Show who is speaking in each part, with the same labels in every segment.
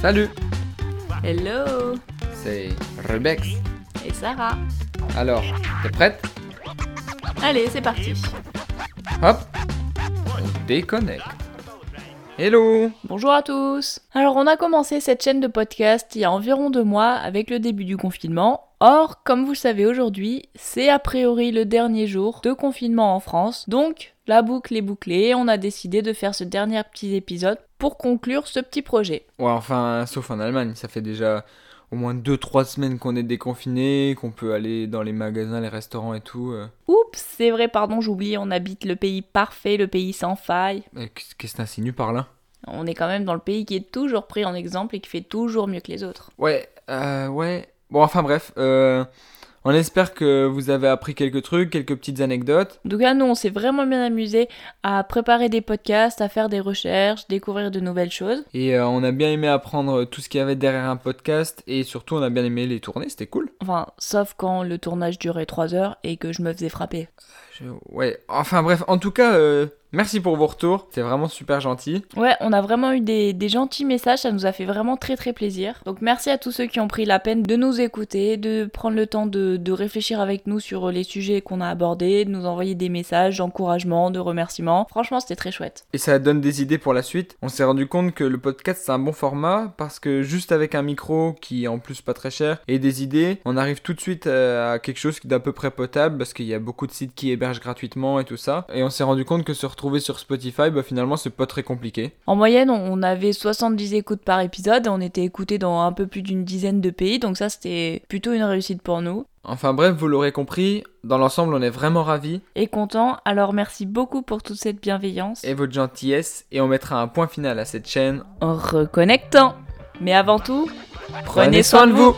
Speaker 1: Salut,
Speaker 2: Hello
Speaker 1: c'est Rebex.
Speaker 2: Et Sarah
Speaker 1: Alors, t'es prête
Speaker 2: Allez, c'est parti
Speaker 1: Hop, on déconnecte. Hello
Speaker 2: Bonjour à tous Alors, on a commencé cette chaîne de podcast il y a environ deux mois avec le début du confinement. Or, comme vous le savez aujourd'hui, c'est a priori le dernier jour de confinement en France. Donc, la boucle est bouclée et on a décidé de faire ce dernier petit épisode pour conclure ce petit projet.
Speaker 1: Ouais, enfin, sauf en Allemagne, ça fait déjà au moins 2-3 semaines qu'on est déconfiné, qu'on peut aller dans les magasins, les restaurants et tout. euh.
Speaker 2: Oups, c'est vrai, pardon, j'oublie, on habite le pays parfait, le pays sans faille.
Speaker 1: Mais Qu'est-ce que t'insinues par là
Speaker 2: On est quand même dans le pays qui est toujours pris en exemple et qui fait toujours mieux que les autres.
Speaker 1: Ouais, euh, ouais. Bon, enfin bref, euh, on espère que vous avez appris quelques trucs, quelques petites anecdotes.
Speaker 2: En tout cas, nous, on s'est vraiment bien amusé à préparer des podcasts, à faire des recherches, découvrir de nouvelles choses.
Speaker 1: Et euh, on a bien aimé apprendre tout ce qu'il y avait derrière un podcast. Et surtout, on a bien aimé les tournées, c'était cool.
Speaker 2: Enfin, sauf quand le tournage durait 3 heures et que je me faisais frapper.
Speaker 1: Je- Ouais, enfin bref, en tout cas, euh, merci pour vos retours. C'est vraiment super gentil.
Speaker 2: Ouais, on a vraiment eu des, des gentils messages, ça nous a fait vraiment très très plaisir. Donc merci à tous ceux qui ont pris la peine de nous écouter, de prendre le temps de, de réfléchir avec nous sur les sujets qu'on a abordés, de nous envoyer des messages d'encouragement, de remerciements. Franchement, c'était très chouette.
Speaker 1: Et ça donne des idées pour la suite. On s'est rendu compte que le podcast c'est un bon format parce que juste avec un micro qui est en plus pas très cher et des idées, on arrive tout de suite euh, à quelque chose d'à peu près potable parce qu'il y a beaucoup de sites qui hébergent gratuitement et tout ça. Et on s'est rendu compte que se retrouver sur Spotify, bah finalement c'est pas très compliqué.
Speaker 2: En moyenne, on- on avait 70 écoutes par épisode, on était écouté dans un peu plus d'une dizaine de pays, donc ça c'était plutôt une réussite pour nous.
Speaker 1: Enfin bref, vous l'aurez compris, dans l'ensemble on est vraiment ravis
Speaker 2: Et content, alors merci beaucoup pour toute cette bienveillance.
Speaker 1: et votre gentillesse et on mettra un point final à cette chaîne.
Speaker 2: En reconnectant Mais avant tout,
Speaker 1: Prenez soin de vous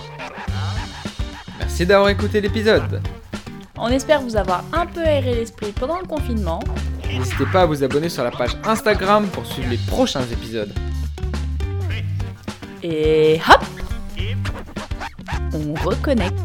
Speaker 1: Merci d'avoir écouté l'épisode.
Speaker 2: On espère vous avoir un peu aéré l'esprit pendant le confinement.
Speaker 1: N'hésitez pas à vous abonner sur la page Instagram pour suivre les prochains épisodes.
Speaker 2: Et hop On reconnecte